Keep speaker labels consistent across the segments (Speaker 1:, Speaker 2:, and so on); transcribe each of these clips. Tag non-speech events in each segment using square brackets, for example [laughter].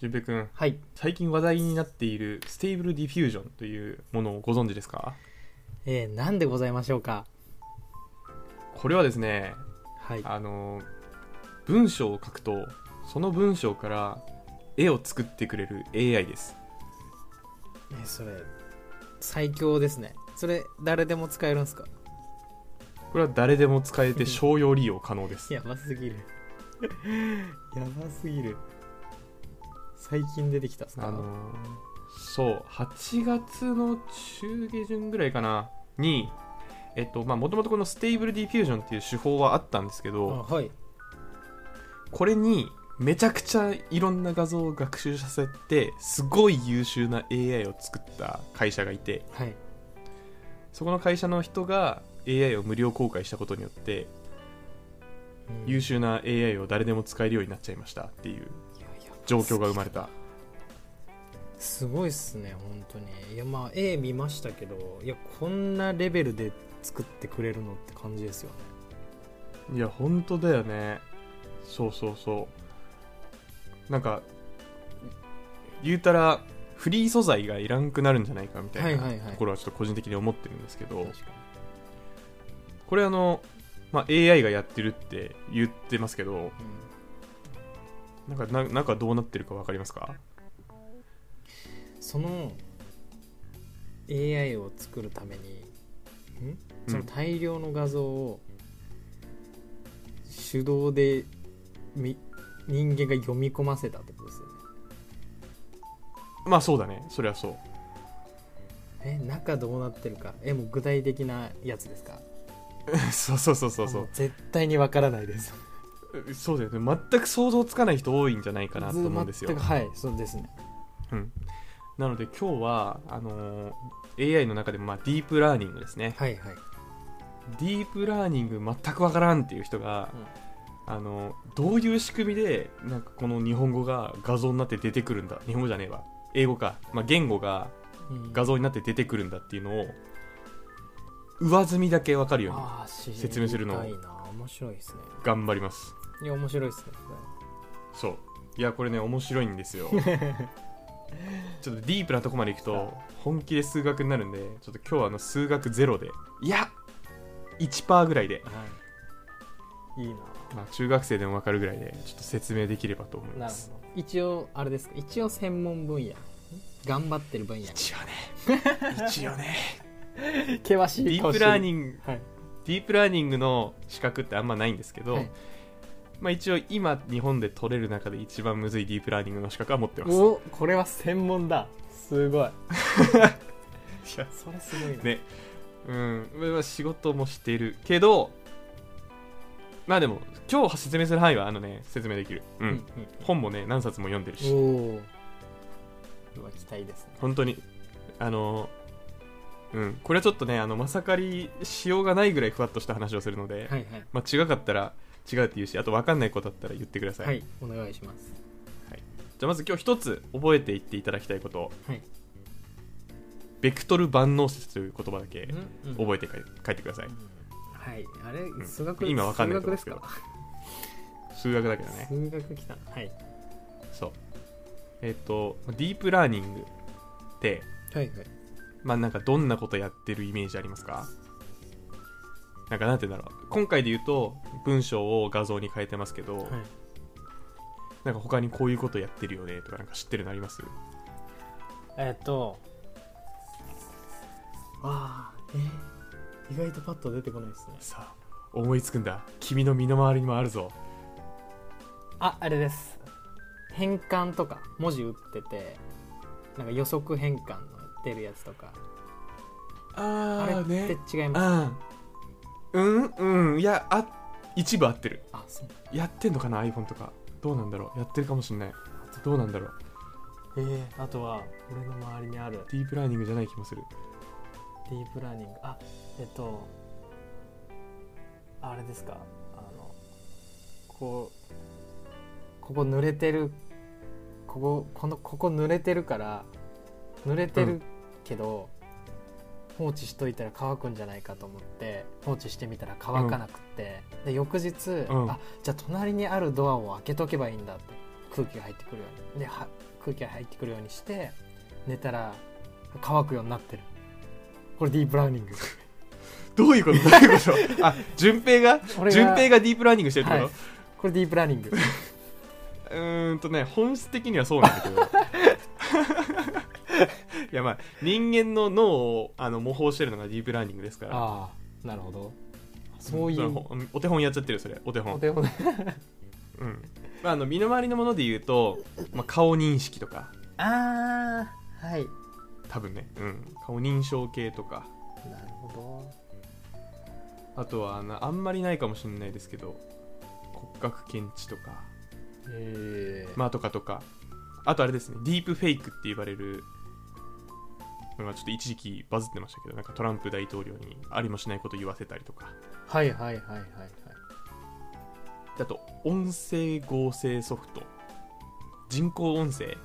Speaker 1: 淳平君
Speaker 2: はい
Speaker 1: 最近話題になっているステーブルディフュージョンというものをご存知ですか
Speaker 2: えー、なんでございましょうか
Speaker 1: これはですね
Speaker 2: はい
Speaker 1: あの文章を書くとその文章から絵を作ってくれる AI です
Speaker 2: えーそれ最強ですねそれ誰でも使えるんすか
Speaker 1: これは誰でも使えて商用利用可能です
Speaker 2: やばす [laughs] ぎるやばすぎる最近出てきたっすか
Speaker 1: あのそう8月の中下旬ぐらいかなにえっとまあもともとこのステーブルディフュージョンっていう手法はあったんですけ
Speaker 2: あ
Speaker 1: ど、
Speaker 2: はい
Speaker 1: これにめちゃくちゃいろんな画像を学習させてすごい優秀な AI を作った会社がいて
Speaker 2: はい
Speaker 1: そこの会社の人が AI を無料公開したことによって
Speaker 2: うん
Speaker 1: 優秀な AI を誰でも使えるようになっちゃいましたっていう
Speaker 2: いやいや
Speaker 1: 状況が生まれた
Speaker 2: すごいっすね本当にいやまあ絵見ましたけどいやこんなレベルで作ってくれるのって感じですよね
Speaker 1: いや本当だよねそうそうそうなんか言うたらフリー素材がいらんくなるんじゃないかみたいな
Speaker 2: はいはいはい
Speaker 1: ところはちょっと個人的に思ってるんですけど、
Speaker 2: 確か
Speaker 1: これあの、まあ、AI がやってるって言ってますけど
Speaker 2: に、うん
Speaker 1: なんかななんかどうなってるか分かりますか
Speaker 2: その AI を作るためにんその大量の画像を手動でみ人間が読み込ませたってことですよ
Speaker 1: まあそうだねそれはそう [laughs]
Speaker 2: ねえ中どうなってるかえもう具体的なやつですか
Speaker 1: そうそうそうそうそ
Speaker 2: あも絶対にわからないです
Speaker 1: うそうだよね全く想像つかない人多いんじゃないかなと思うんですよ
Speaker 2: 全く、はいそうですね
Speaker 1: うん、なので今日はあのー AI の中でもまあディープラーニングですね
Speaker 2: はいはい
Speaker 1: ディープラーニング全く分からんっていう人が、あのどういう仕組みでなんかこの日本語が画像になって出てくるんだ日本語じゃねえわ英語か、まあ、言語が
Speaker 2: うん
Speaker 1: 画像になって出てくるんだっていうのを上積みだけ分かるように
Speaker 2: あー
Speaker 1: 説明するの
Speaker 2: 知りたいな面白いですね
Speaker 1: 頑張ります
Speaker 2: いや面白いですね
Speaker 1: そういやこれね面白いん
Speaker 2: [laughs]
Speaker 1: ですよちょっとディープなとこまで行くと本気で数学になるんでちょっと今日はあの数学ゼロでいや1%ぐらいで、
Speaker 2: はいいいな
Speaker 1: まあ、中学生でも分かるぐらいでちょっと説明できればと思い
Speaker 2: な
Speaker 1: ま
Speaker 2: る
Speaker 1: す
Speaker 2: ほど一応あれですか一応専門分野頑張ってる分野
Speaker 1: 一応ね一応ね
Speaker 2: [laughs] 険し
Speaker 1: ディープラー
Speaker 2: ン
Speaker 1: ニング
Speaker 2: グはい
Speaker 1: ディープラーニングの資格ってあんまないんですけど、
Speaker 2: はい
Speaker 1: まあ、一応今日本で取れる中で一番むずいディープラーニングの資格は持ってます
Speaker 2: おこれは専門だす
Speaker 1: [laughs]
Speaker 2: ご
Speaker 1: い
Speaker 2: い
Speaker 1: や
Speaker 2: それすごいな、
Speaker 1: ねうんまあ仕事もしてるけどまあでも今日説明する範囲はあのね説明できるうん、
Speaker 2: うん
Speaker 1: 本もね何冊も読んでる
Speaker 2: うん、
Speaker 1: し
Speaker 2: おおうわ期待ですね
Speaker 1: 本当にあのうんこれはちょっとねあのまさかりしようがないぐらいふわっとした話をするので、
Speaker 2: はいはい
Speaker 1: まあ違かったら違うって言うしあと分かんないことあったら言ってください、
Speaker 2: はいお願いします
Speaker 1: じゃあまず今日一つ覚えていっていただきたいこと
Speaker 2: はい
Speaker 1: ベクトル万能説という言葉だけ
Speaker 2: うん
Speaker 1: 覚えてか書いてください
Speaker 2: はいあれ
Speaker 1: ん
Speaker 2: 数学
Speaker 1: 今わかんない
Speaker 2: 数
Speaker 1: と思うん
Speaker 2: 学で
Speaker 1: です
Speaker 2: す
Speaker 1: けど
Speaker 2: か
Speaker 1: 数学だけど
Speaker 2: [laughs]
Speaker 1: ね
Speaker 2: 数学きたなはい
Speaker 1: そうえっ、とディープラーニングって
Speaker 2: はいはい
Speaker 1: まあなんかどんなことやってるイメージありますかなんかなんて言うんだろう今回で言うと文章を画像に変えてますけど、
Speaker 2: はい
Speaker 1: なんか他にこういうことやってるよねとかなんか知ってるのあります
Speaker 2: えっとああえ意外とパッと出てこないですね
Speaker 1: さあ思いつくんだ君の身の回りにもあるぞ
Speaker 2: ああれです変換とか文字打っててなんか予測変換の出るやつとか
Speaker 1: あ
Speaker 2: あれって違います
Speaker 1: うんうんいやあ一部合ってる
Speaker 2: あそう
Speaker 1: やってんのかな iPhone とかどうなんだろうやってるかもしんないどうなんだろう
Speaker 2: えー、あとは俺の周りにある
Speaker 1: ディープラーニングじゃない気もする
Speaker 2: ディープラーニングあえっとあれですかあのこうここ濡れてるこここのここ濡れてるから濡れてるけど、放置しといたら乾くんじゃないかと思って放置してみたら乾かなくって、で翌日、
Speaker 1: うん
Speaker 2: あじゃあ隣にあるドアを開けとけばいいんだって空気が入ってくるようにでは空気が入ってくるようにして寝たら乾くようになってるこれディープラーニング
Speaker 1: どういう
Speaker 2: [laughs]
Speaker 1: ことどういうことあ順平が
Speaker 2: 俺が
Speaker 1: 順平がディープラーニングしてるってこと、
Speaker 2: はいこれディープラーニング
Speaker 1: うーんとね本質的にはそうなんだけ
Speaker 2: [laughs]
Speaker 1: どいやまあ人間の脳をあの模倣してるのがディープラーニングですから
Speaker 2: ああなるほどそういう
Speaker 1: れほんお手本やっちゃってるそれお手
Speaker 2: お
Speaker 1: 本
Speaker 2: 手本
Speaker 1: うんまあ、あの身の回りのもので言うと、まあ、顔認識とか
Speaker 2: ああはい
Speaker 1: 多分ね、うん、顔認証系とか
Speaker 2: なるほ
Speaker 1: あとはあのあんまりないかもしれないですけど骨格検知とか
Speaker 2: どええ
Speaker 1: まあとかとかあとあれですねディープフェイクって言われるのがちょっと一時期バズってましたけどなんかトランプ大統領にありもしないこと言わせたりとか
Speaker 2: はいはいはいはいはい
Speaker 1: あと音声合成ソフト人工音声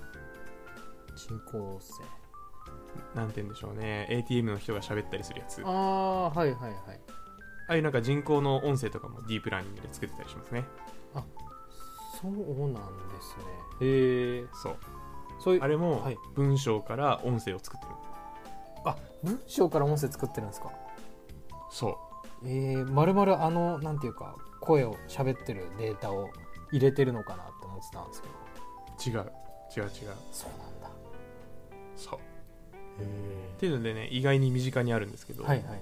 Speaker 2: 人工性
Speaker 1: なんて言うんでしょうね ATM の人が喋ったりするやつあ
Speaker 2: ああはいはいはい
Speaker 1: あいうなんか人工の音声とかもディープラーニングで作ってたりしますね
Speaker 2: そうなんですねへえ
Speaker 1: そう
Speaker 2: そういう
Speaker 1: あれも
Speaker 2: はい
Speaker 1: 文章から音声を作ってる
Speaker 2: あ文章から音声作ってるんですか
Speaker 1: そう
Speaker 2: えー、まるまるあのなんていうか声を喋ってるデータを入れてるのかなって思ってたんですけど
Speaker 1: 違う違う違う
Speaker 2: そうなんだ
Speaker 1: そうっ
Speaker 2: へ
Speaker 1: ていうのでね意外に身近にあるんですけど、
Speaker 2: はいはい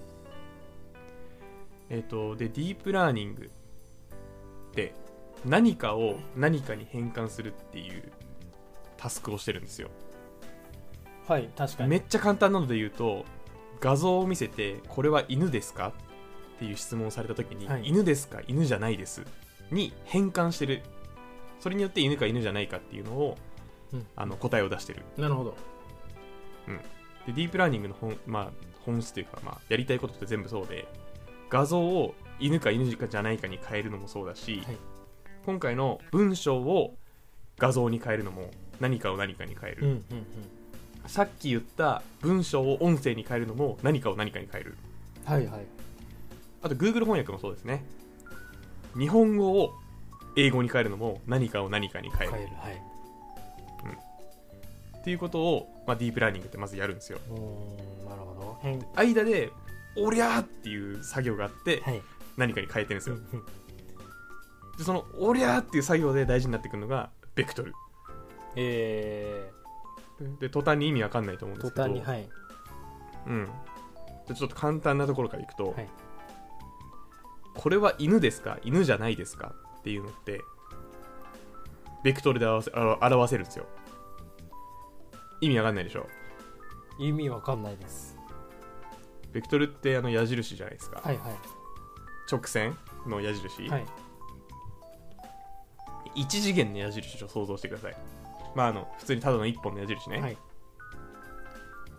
Speaker 1: えっ、とでディープラーニングって何かを何かに変換するっていうタスクをしてるんですよ、
Speaker 2: はい確か
Speaker 1: めっちゃ簡単なので言うと画像を見せて「これは犬ですか?」っていう質問をされた時に「
Speaker 2: はい
Speaker 1: 犬ですか犬じゃないです」に変換してるそれによって犬か犬じゃないかっていうのを、
Speaker 2: うん
Speaker 1: あの答えを出してる
Speaker 2: なるほど
Speaker 1: でディープラーニングの本,、まあ、本質というか、まあ、やりたいことって全部そうで画像を犬か犬かじゃないかに変えるのもそうだし、
Speaker 2: はい
Speaker 1: 今回の文章を画像に変えるのも何かを何かに変え
Speaker 2: うん
Speaker 1: る、
Speaker 2: うんうん
Speaker 1: さっき言った文章を音声に変えるのも何かを何かに変える
Speaker 2: はいはい
Speaker 1: あと Google 翻訳もそうですね日本語を英語に変えるのも何かを何かに変える
Speaker 2: 変えるはい
Speaker 1: っていうことを、まあ、ディープラーニングってまずやるんですよ
Speaker 2: うーんなるほど変
Speaker 1: 間で「おりゃー!」っていう作業があって、
Speaker 2: はい
Speaker 1: 何かに変えてるんです
Speaker 2: う
Speaker 1: よ、
Speaker 2: んうん
Speaker 1: でその「おりゃ!」っていう作業で大事になってくるのがベクトル
Speaker 2: え
Speaker 1: で途端に意味わかんないと思うん
Speaker 2: ー、
Speaker 1: で
Speaker 2: 途
Speaker 1: すけど
Speaker 2: 端にはい
Speaker 1: うん、じゃあちょっと簡単なところからいくと、
Speaker 2: はい
Speaker 1: これは犬ですか犬じゃないですかっていうのってベクトルで表せあら表せるんですよ意味わかんないでしょ
Speaker 2: 意味わかんないです
Speaker 1: ベクトルってあの矢印じゃないですか、
Speaker 2: はいはい
Speaker 1: 直線の矢印、
Speaker 2: はい
Speaker 1: 一次元の矢印を想像してくださいまああの普通にただの一本の矢印ね、
Speaker 2: はい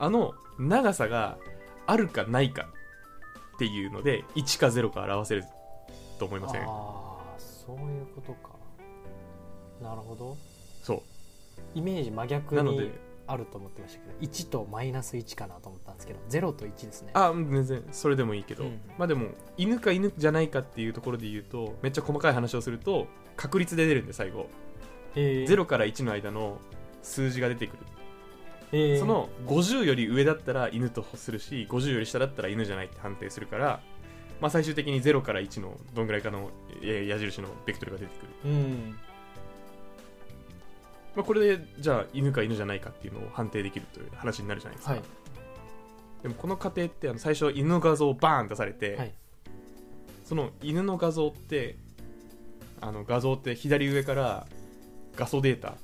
Speaker 1: あの長さがあるかないかっていうので1か0か表せると思いません
Speaker 2: ああそういうことかなるほど
Speaker 1: そ
Speaker 2: イメージ真
Speaker 1: う
Speaker 2: 逆
Speaker 1: なの
Speaker 2: に
Speaker 1: で
Speaker 2: あると思ってましたけど1とマイナス1かなと思ったんですけど0と1ですね
Speaker 1: あうん全然それでもいいけど、
Speaker 2: うん
Speaker 1: まあでも犬か犬じゃないかっていうところで言うとめっちゃ細かい話をすると確率で出るんで最後
Speaker 2: え
Speaker 1: 0から1の間の数字が出てくる、
Speaker 2: えー
Speaker 1: その50より上だったら犬とするし50より下だったら犬じゃないって判定するから、まあ、最終的に0から1のどんぐらいかのえー矢印のベクトルが出てくる
Speaker 2: うん
Speaker 1: まあ、これでじゃあ犬か犬じゃないかっていうのを判定できるという話になるじゃないですか、
Speaker 2: はい
Speaker 1: でもこの過程ってあの最初犬の画像をバーン出されて、
Speaker 2: はい
Speaker 1: その犬の画像ってあの画像って左上から画素データ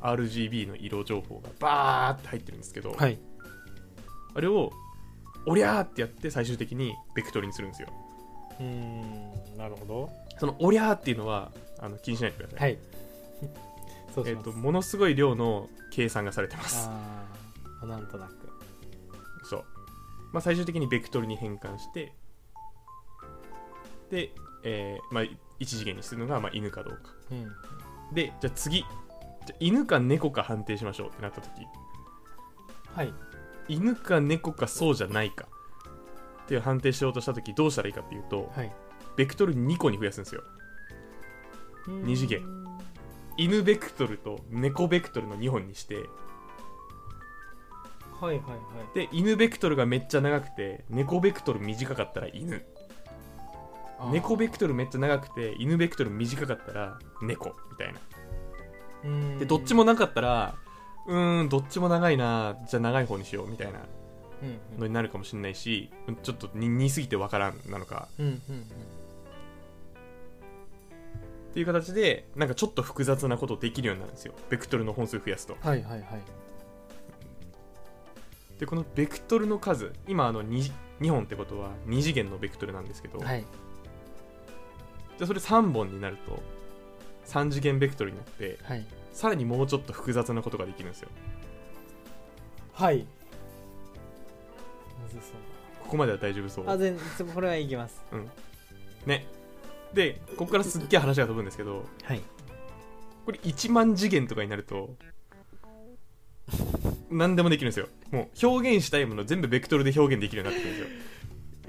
Speaker 1: RGB の色情報がバーって入ってるんですけど、
Speaker 2: はい
Speaker 1: あれをおりゃーってやって最終的にベクトルにするんですよ
Speaker 2: うんなるほど
Speaker 1: そのおりゃーっていうのはあの気にしないでください、
Speaker 2: はいそう
Speaker 1: え
Speaker 2: し
Speaker 1: っ
Speaker 2: ます、
Speaker 1: とものすごい量の計算がされてます
Speaker 2: ああなんとなく
Speaker 1: そう、まあ、最終的にベクトルに変換してで、えーまあ、一次元にするのが、まあ、犬かどうか
Speaker 2: うん
Speaker 1: でじゃあ次じゃあ犬か猫か判定しましょうってなった時
Speaker 2: はい
Speaker 1: 犬か猫かそうじゃないかっていう判定しようとした時どうしたらいいかっていうと
Speaker 2: はい
Speaker 1: ベクトル2個に増やすんですよ二次元犬ベクトルと猫ベクトルの2本にして
Speaker 2: はいはいはい
Speaker 1: で犬ベクトルがめっちゃ長くて猫ベクトル短かったら犬
Speaker 2: あー
Speaker 1: 猫ベクトルめっちゃ長くて犬ベクトル短かったら猫みたいな
Speaker 2: うーん
Speaker 1: でどっちもなかったらうーんどっちも長いなじゃあ長い方にしようみたいな
Speaker 2: うんう
Speaker 1: の
Speaker 2: ん
Speaker 1: になるかもしれないしちょっとに似すぎてわからんなのか
Speaker 2: うんうんうん
Speaker 1: っていう形でなんかちょっと複雑なことできるようになるんですよベクトルの本数増やすと
Speaker 2: はいはいはい
Speaker 1: でこのベクトルの数今あの 2, 2本ってことは2次元のベクトルなんですけど、
Speaker 2: はい
Speaker 1: じゃあそれ3本になると3次元ベクトルになって
Speaker 2: はい
Speaker 1: さらにもうちょっと複雑なことができるんですよ
Speaker 2: はいむずそう
Speaker 1: ここまでは大丈夫そ
Speaker 2: あ
Speaker 1: う
Speaker 2: 全然これはいきます
Speaker 1: ねでここからすっげえ話が飛ぶんですけど
Speaker 2: はい
Speaker 1: これ1万次元とかになると何でもできるんですよもう表現したいもの全部ベクトルで表現できるようになってくるんですよ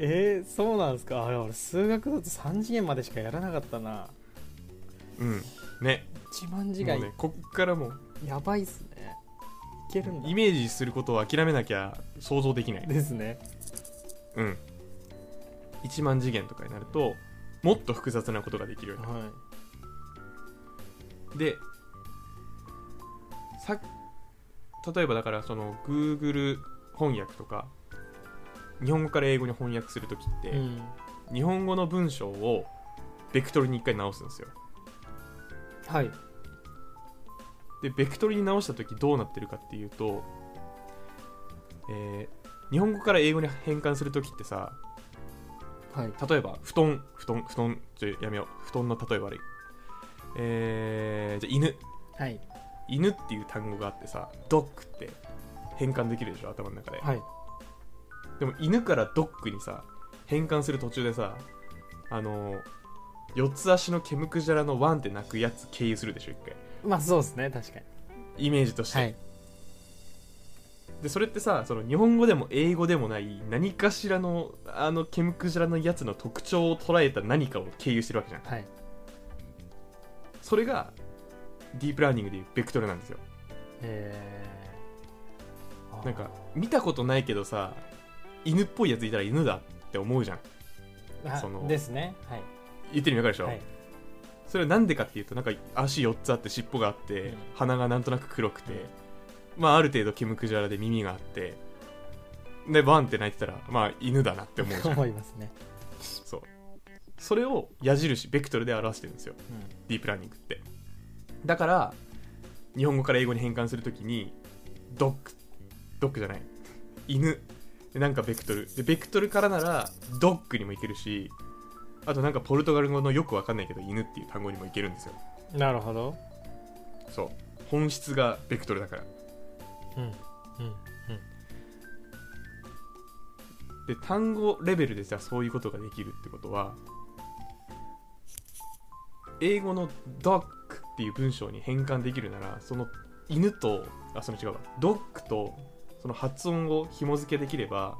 Speaker 2: えー、そうなんですかあれ俺数学だと3次元までしかやらなかったな
Speaker 1: うんね
Speaker 2: 1万字
Speaker 1: も
Speaker 2: が
Speaker 1: うねこっからもう
Speaker 2: やばいっすねいけるんだ
Speaker 1: イメージすることを諦めなきゃ想像できない
Speaker 2: ですね
Speaker 1: うん1万次元とかになるともっと複雑なことができるようにな
Speaker 2: は
Speaker 1: るでさ例えばだからその Google 翻訳とか日本語から英語に翻訳するときって、
Speaker 2: い、うん、
Speaker 1: 日本語の文章をベクトルに一回直すんですよ
Speaker 2: はい
Speaker 1: でベクトルに直した時どうなってるかっていうと、えー日本語から英語に変換する時ってさ
Speaker 2: はい
Speaker 1: 例えば布団布団布団ちょやめよう布団の例え悪いえー、じゃあ犬
Speaker 2: はい
Speaker 1: 犬っていう単語があってさドッグって変換できるでしょ頭の中で、
Speaker 2: はい
Speaker 1: でも犬からドッグにさ変換する途中でさあのー四つ足の毛むくじゃらのワンって鳴くやつ経由するでしょ一回
Speaker 2: まあそうですね確かに
Speaker 1: イメージとして、
Speaker 2: はい
Speaker 1: でそれってさその日本語でも英語でもない何かしらのあのケムクジラのやつの特徴を捉えた何かを経由してるわけじゃん
Speaker 2: はい
Speaker 1: それがディープラーニングでいうベクトルなんですよ
Speaker 2: えーあー
Speaker 1: なんか見たことないけどさ犬っぽいやついたら犬だって思うじゃん
Speaker 2: あ
Speaker 1: その
Speaker 2: ですねはい
Speaker 1: 言ってる意味わかるでしょ、
Speaker 2: はい
Speaker 1: それはなんでかっていうとなんか足4つあって尻尾があって、
Speaker 2: うん
Speaker 1: 鼻がなんとなく黒くて、まあある程度ケムクジラで耳があってでバンって鳴いてたらまあ犬だなって思うじゃん
Speaker 2: 思いますね、
Speaker 1: そうそれを矢印ベクトルで表してるんですよ
Speaker 2: う
Speaker 1: ディープラーニングってだから日本語から英語に変換するときにドッグドッグじゃない犬でなんかベクトルでベクトルからならドッグにもいけるしあとなんかポルトガル語のよくわかんないけど犬っていう単語にもいけるんですよ
Speaker 2: ん、なるほど
Speaker 1: そう本質がベクトルだから
Speaker 2: うんうん
Speaker 1: で単語レベルでじゃあそういうことができるってことは英語の「ドッグ」っていう文章に変換できるならその犬とあその違うわ「ドッグ」とその発音を紐付けできれば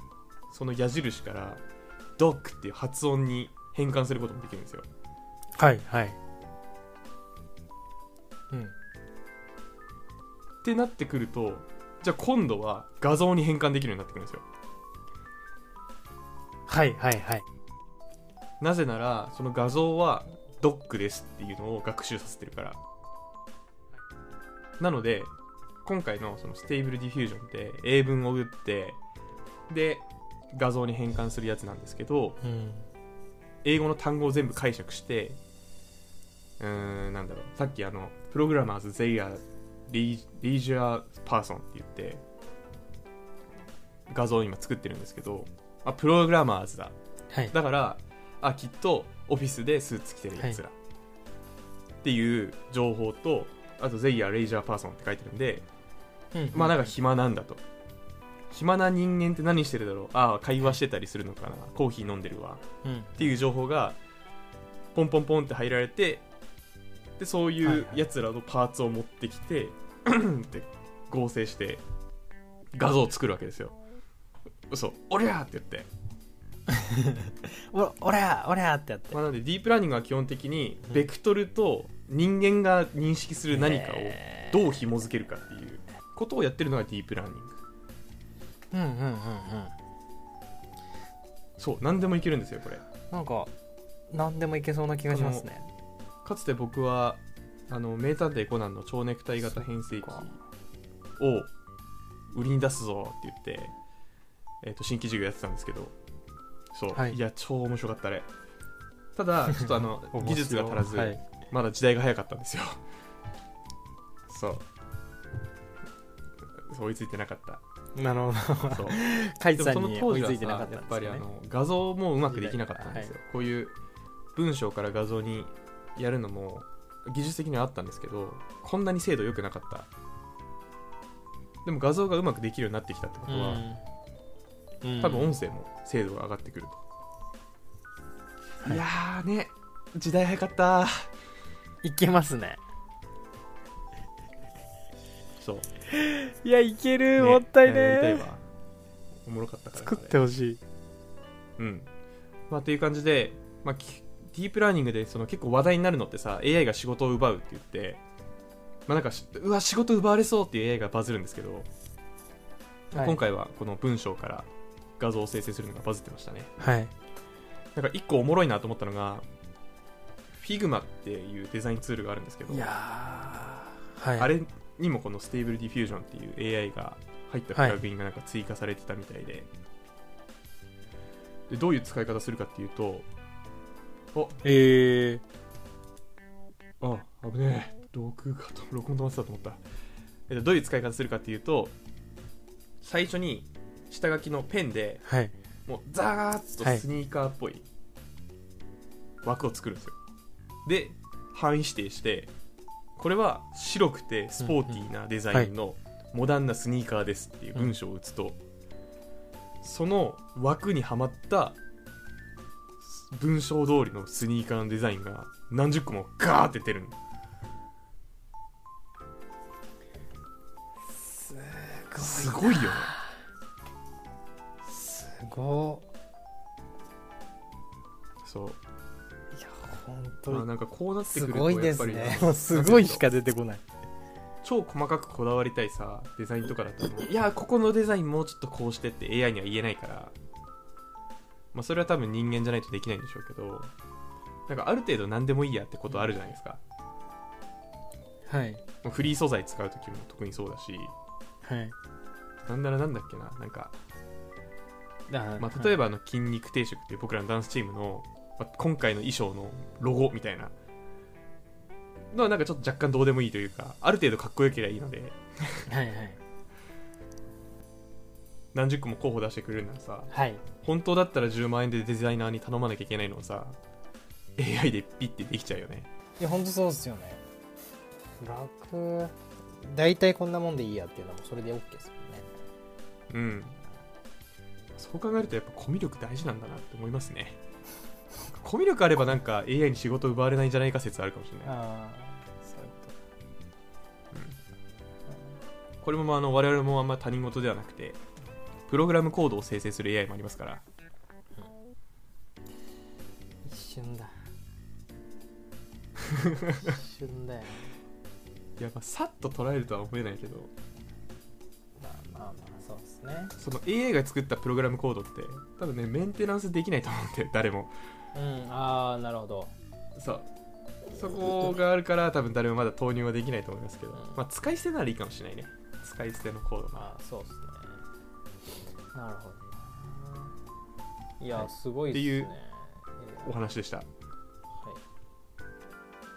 Speaker 1: その矢印から「ドッグ」っていう発音に変換することもできるんですよ
Speaker 2: はいはいうん
Speaker 1: ってなってくるとじゃあ今度は画像に変換できるようになってくるんですよ
Speaker 2: はいはいはい
Speaker 1: なぜならその画像はドックですっていうのを学習させてるからなので今回のそのステーブルディフュージョンって英文を打ってで画像に変換するやつなんですけど
Speaker 2: うん
Speaker 1: 英語の単語を全部解釈してうーんなんだろうさっきあのプログラマーズ・ゼイア・リージャー・パーソンって言って画像を今作ってるんですけどあプログラマーズだ
Speaker 2: はい
Speaker 1: だからあきっとオフィスでスーツ着てるやつら、っていう情報とあと「ゼイヤーレイジャーパーソン」って書いてるんで
Speaker 2: うん
Speaker 1: まあなんか暇なんだと暇な人間って何してるだろうああ会話してたりするのかなコーヒー飲んでるわ
Speaker 2: うん
Speaker 1: っていう情報がポンポンポンって入られてでそういうやつらのパーツを持ってきて、 [clears throat] って合成して画像を作るわけですよそう「おりゃ!」って言って
Speaker 2: おおりゃおりゃってやって
Speaker 1: まあ、なのでディープラーニングは基本的にベクトルと人間が認識する何かを
Speaker 2: えー
Speaker 1: どう紐づけるかっていうことをやってるのがディープラーニング
Speaker 2: うんうんうんうん
Speaker 1: そう何でもいけるんですよこれ
Speaker 2: なんか何でもいけそうな気がしますね
Speaker 1: かつて僕はあの名探偵コナンの蝶ネクタイ型変声機
Speaker 2: そっか
Speaker 1: を売りに出すぞって言って、えっと新規事業やってたんですけどそう、
Speaker 2: はい
Speaker 1: い、や超面白かったあれただちょっとあの
Speaker 2: [laughs] 面白い
Speaker 1: 技術が足らず、
Speaker 2: はい
Speaker 1: まだ時代が早かったんですよ [laughs] そうそう追いついてなかった
Speaker 2: な
Speaker 1: [laughs]
Speaker 2: るほど [laughs]
Speaker 1: そう
Speaker 2: カイ
Speaker 1: でも
Speaker 2: さん
Speaker 1: その
Speaker 2: に
Speaker 1: 当時
Speaker 2: 追い
Speaker 1: は
Speaker 2: つ
Speaker 1: さ
Speaker 2: いてなかったんですね
Speaker 1: やっぱりあの画像もうまくできなかったんですよ、こういう文章から画像にやるのも技術的にはあったんですけどこんなに精度良くなかったでも画像がうまくできるようになってきたってことは、
Speaker 2: うんうん
Speaker 1: 多分音声も精度が上がってくると、
Speaker 2: はい
Speaker 1: い、やーね時代早かった
Speaker 2: いけますね
Speaker 1: そう、
Speaker 2: いやいける
Speaker 1: ね
Speaker 2: もったいね
Speaker 1: やり
Speaker 2: え
Speaker 1: たいわおもろかったから
Speaker 2: 作ってほしい
Speaker 1: うんまあ、という感じで、まあ、きディープラーニングでその結構話題になるのってさ AI が仕事を奪うって言って、まあ、なんかしうわ仕事奪われそうっていう AI がバズるんですけど、
Speaker 2: はい
Speaker 1: 今回はこの文章から画像を生成するのがバズってましたね
Speaker 2: はい
Speaker 1: なんか一個おもろいなと思ったのが Figma っていうデザインツールがあるんですけど
Speaker 2: いやーはい
Speaker 1: あれにもこの Stable Diffusion っていう AI が入ったプラグインがなんか追加されてたみたいで,、でどういう使い方するかっていうとお
Speaker 2: えー
Speaker 1: あ危ねえ録画と録音止まってたと思ったえっとどういう使い方するかっていうと最初に下書きのペンで
Speaker 2: はい
Speaker 1: もうザーッとスニーカーっぽい枠を作るんですよ、で範囲指定してこれは白くてスポーティーなデザインのモダンなスニーカーですっていう文章を打つと、その枠にはまった文章通りのスニーカーのデザインが何十個もガーって出る
Speaker 2: す
Speaker 1: すごいよね
Speaker 2: すご
Speaker 1: そう
Speaker 2: いいや本
Speaker 1: まあ
Speaker 2: 当に
Speaker 1: なんかこうなってく
Speaker 2: す
Speaker 1: る
Speaker 2: ご
Speaker 1: と
Speaker 2: い
Speaker 1: や
Speaker 2: で
Speaker 1: っぱ
Speaker 2: す
Speaker 1: り
Speaker 2: ねもうすごいしか出てこない
Speaker 1: 超細かくこだわりたいさデザインとかだともういやここのデザインもうちょっとこうしてって AI には言えないから、まあ、それは多分人間じゃないとできないんでしょうけどなんかある程度何でもいいやってことあるじゃないですか、
Speaker 2: はい
Speaker 1: もうフリー素材使う時も特にそうだし
Speaker 2: はい
Speaker 1: なんならなんだっけななんか、
Speaker 2: だ
Speaker 1: まあ、例えばあの筋肉定食っていう僕らのダンスチームの、まあ今回の衣装のロゴみたいなのはなんかちょっと若干どうでもいいというかある程度かっこよければいいので
Speaker 2: はいはい
Speaker 1: 何十個も候補出してくれるならさ
Speaker 2: はい
Speaker 1: 本当だったら10万円でデザイナーに頼まなきゃいけないのをさ AI でピッてできちゃうよね
Speaker 2: いや本当そうですよね楽大体こんなもんでいいやっていうのもそれで OK ですよね
Speaker 1: うんそう考えるとやっぱコミュ力大事なんだなって思いますねコミュ力あればなんか AI に仕事奪われないんじゃないか説あるかもしれない
Speaker 2: ああそういうこ
Speaker 1: これもまああの我々もあんま他人事ではなくてプログラムコードを生成する AI もありますから
Speaker 2: と一瞬だ [laughs] 一瞬だよ
Speaker 1: いやまあさっと捉えるとは思えないけど
Speaker 2: まあまあまあそうですね
Speaker 1: その AI が作ったプログラムコードって多分ねメンテナンスできないと思うんで [laughs] 誰も
Speaker 2: うんああなるほど
Speaker 1: そうそこがあるから多分誰もまだ投入はできないと思いますけど、
Speaker 2: うん
Speaker 1: まあ、使い捨てならいいかもしれないね使い捨てのコードが
Speaker 2: まあそうですねなるほどないや、
Speaker 1: はい
Speaker 2: すごいですね
Speaker 1: ってお話でした
Speaker 2: はい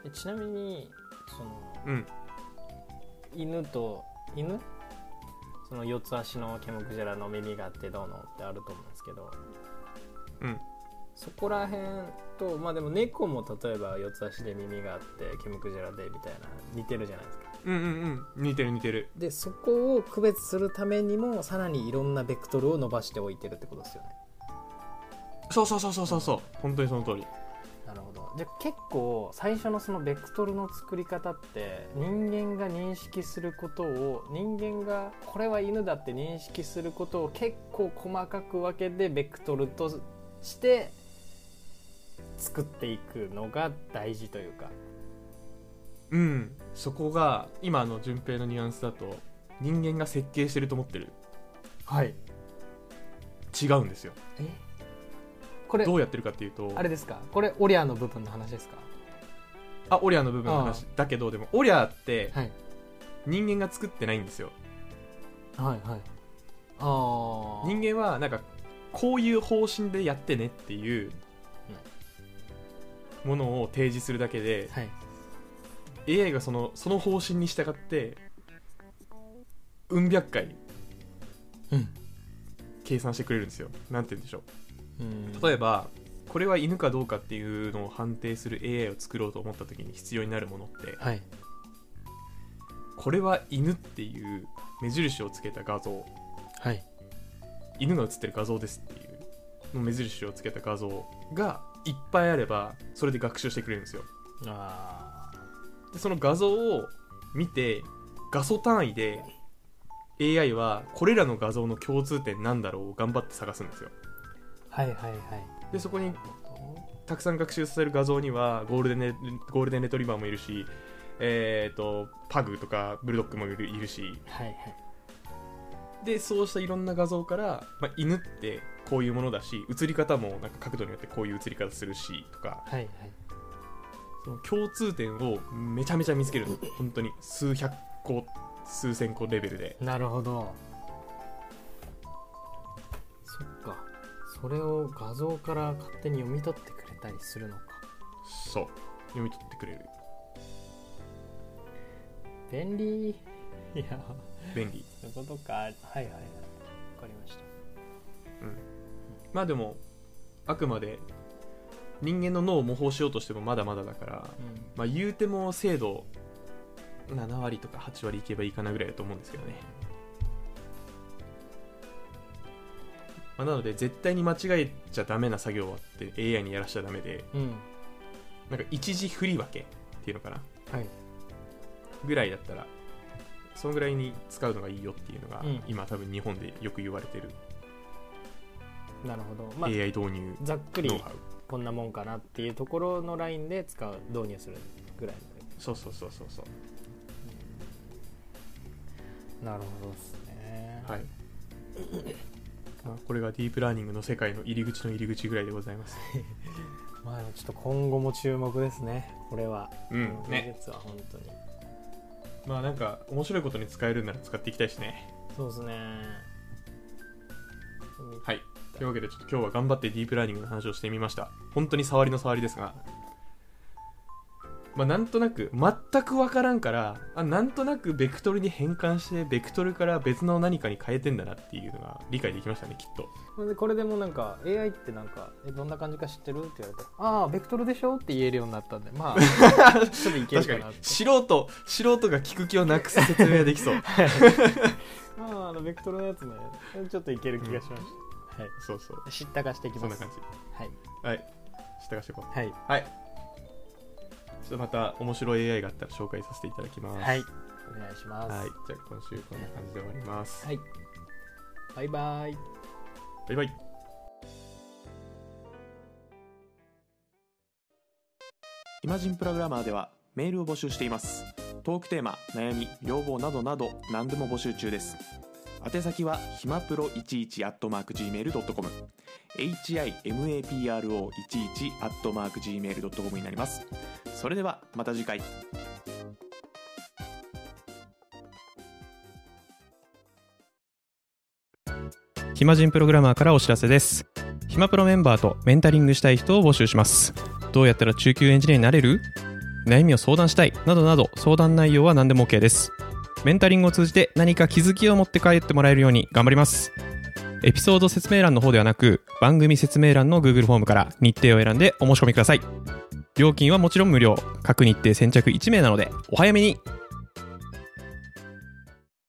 Speaker 2: えちなみにその
Speaker 1: うん
Speaker 2: 犬と犬その四つ足のケモクジャラの耳があってどうのってあると思うんですけど
Speaker 1: うん
Speaker 2: そこら辺とまあでも猫も例えば四つ足で耳があってケモクジャラでみたいな似てるじゃないですか
Speaker 1: うんうんうん似てる似てる
Speaker 2: でそこを区別するためにもさらにいろんなベクトルを伸ばしておいてるってことですよね
Speaker 1: そうそうそうそうそうそう本当にその通り
Speaker 2: なるほどで結構最初のそのベクトルの作り方って人間が認識することを人間がこれは犬だって認識することを結構細かく分けてベクトルとして作っていくのが大事というか
Speaker 1: うんそこが今の順平のニュアンスだと人間が設計してると思ってる
Speaker 2: はい
Speaker 1: 違うんですよ
Speaker 2: えこれ
Speaker 1: どうやってるかっていうと
Speaker 2: あれですかこれオリアの部分の話ですか
Speaker 1: あオリアの部分の話だけどでもオリアって
Speaker 2: はい
Speaker 1: 人間が作ってないんですよ
Speaker 2: はいはいああ
Speaker 1: 人間はなんかこういう方針でやってねっていうものを提示するだけで
Speaker 2: はい
Speaker 1: AI がそのその方針に従ってうん百回
Speaker 2: うん
Speaker 1: 計算してくれるんですよなんて言うんでしょ
Speaker 2: うん
Speaker 1: う例えばこれは犬かどうかっていうのを判定する AI を作ろうと思った時に必要になるものって
Speaker 2: はい
Speaker 1: これは犬っていう目印をつけた画像
Speaker 2: はい
Speaker 1: 犬が写ってる画像ですっていうの目印をつけた画像がいっぱいあればそれで学習してくれるんですよ
Speaker 2: あ
Speaker 1: でその画像を見て画素単位で AI はこれらの画像の共通点なんだろうを頑張って探すんですよ
Speaker 2: あはいはいはい
Speaker 1: でそこにたくさん学習させる画像にはゴールデンレゴールデンレトリバーもいるしえー、とパグとかブルドッグもいるいるし
Speaker 2: はいはい
Speaker 1: でそうしたいろんな画像から、まあ、犬ってこういうものだし映り方もなんか角度によってこういう映り方するしとか
Speaker 2: はいはい
Speaker 1: その共通点をめちゃめちゃ見つけるの本当に数百個数千個レベルで
Speaker 2: なるほどそっかそれを画像から勝手に読み取ってくれたりするのか
Speaker 1: そう読み取ってくれる
Speaker 2: 便利いや
Speaker 1: 便利
Speaker 2: そういうことかはいはいはいわかりました
Speaker 1: まあでもあくまで人間の脳を模倣しようとしてもまだまだだから、
Speaker 2: う
Speaker 1: まあ、言うても精度7割とか8割いけばいいかなぐらいだと思うんですけどね、まあ、なので絶対に間違えちゃダメな作業はあって AI にやらしちゃダメで
Speaker 2: ん、うん、
Speaker 1: なんか一時振り分けっていうのかな
Speaker 2: はい
Speaker 1: ぐらいだったらそのぐらいに使うのがいいよっていうのが、
Speaker 2: うん
Speaker 1: 今多分日本でよく言われてる
Speaker 2: なるほどまあ
Speaker 1: AI 導入
Speaker 2: ざっく
Speaker 1: ノウ
Speaker 2: り
Speaker 1: ハウ、
Speaker 2: こんなもんかなっていうところのラインで使う導入するぐらい
Speaker 1: そうそうそうそうそう
Speaker 2: のなるほどですね
Speaker 1: はいまあこれがディープラーニングの世界の入り口の入り口ぐらいでございます
Speaker 2: まあちょっと今後も注目ですねこれは、
Speaker 1: う
Speaker 2: この技術は本当に
Speaker 1: まあなんか面白いことに使えるなら使っていきたいしね
Speaker 2: そうですね
Speaker 1: はいというわけでちょっと今日は頑張ってディープラーニングの話をしてみました本当に触りの触りですがまあなんとなく全く分からんからあなんとなくベクトルに変換してベクトルから別の何かに変えてんだなっていうのが理解できましたねきっと
Speaker 2: これでこれでもなんか AI ってなんかえどんな感じか知ってるって言われてああベクトルでしょって言えるようになったんで
Speaker 1: [laughs]
Speaker 2: まあちょっといける
Speaker 1: 確
Speaker 2: か
Speaker 1: か
Speaker 2: なっ
Speaker 1: に
Speaker 2: て
Speaker 1: 素人素人が聞く気をなくす説明ができそう [laughs]
Speaker 2: まああのベクトルのやつねちょっといける気がしました、はい
Speaker 1: そうそう
Speaker 2: 知ったかしていき
Speaker 1: そん
Speaker 2: ま
Speaker 1: な
Speaker 2: す
Speaker 1: 感じ
Speaker 2: はい
Speaker 1: はい下がしていこう
Speaker 2: はい
Speaker 1: はい。ちょっとまた面白い AI があったら紹介させていただきます。
Speaker 2: は
Speaker 1: はい。
Speaker 2: いお願いしますはい、
Speaker 1: じゃあ今週こんな感じで終わります。
Speaker 2: バイバイ
Speaker 1: バイバイ。イマジンプログラマーではメールを募集しています。トークテーマ、悩み、要望などなど何でも募集中です。宛先はひまプロ11 gmail.com himapro11 gmail.com になります。それではまた次回。暇人プログラマーからお知らせです暇プロメンバーとメンタリングしたい人を募集しますどうやったら中級エンジニアになれる悩みを相談したいなどなど相談内容は何でも OK ですメンタリングを通じて何か気づきを持って帰ってもらえるように頑張りますエピソード説明欄の方ではなく番組説明欄の Google フォームから日程を選んでお申し込みください料金はもちろん無料各日程先着1名なのでお早めに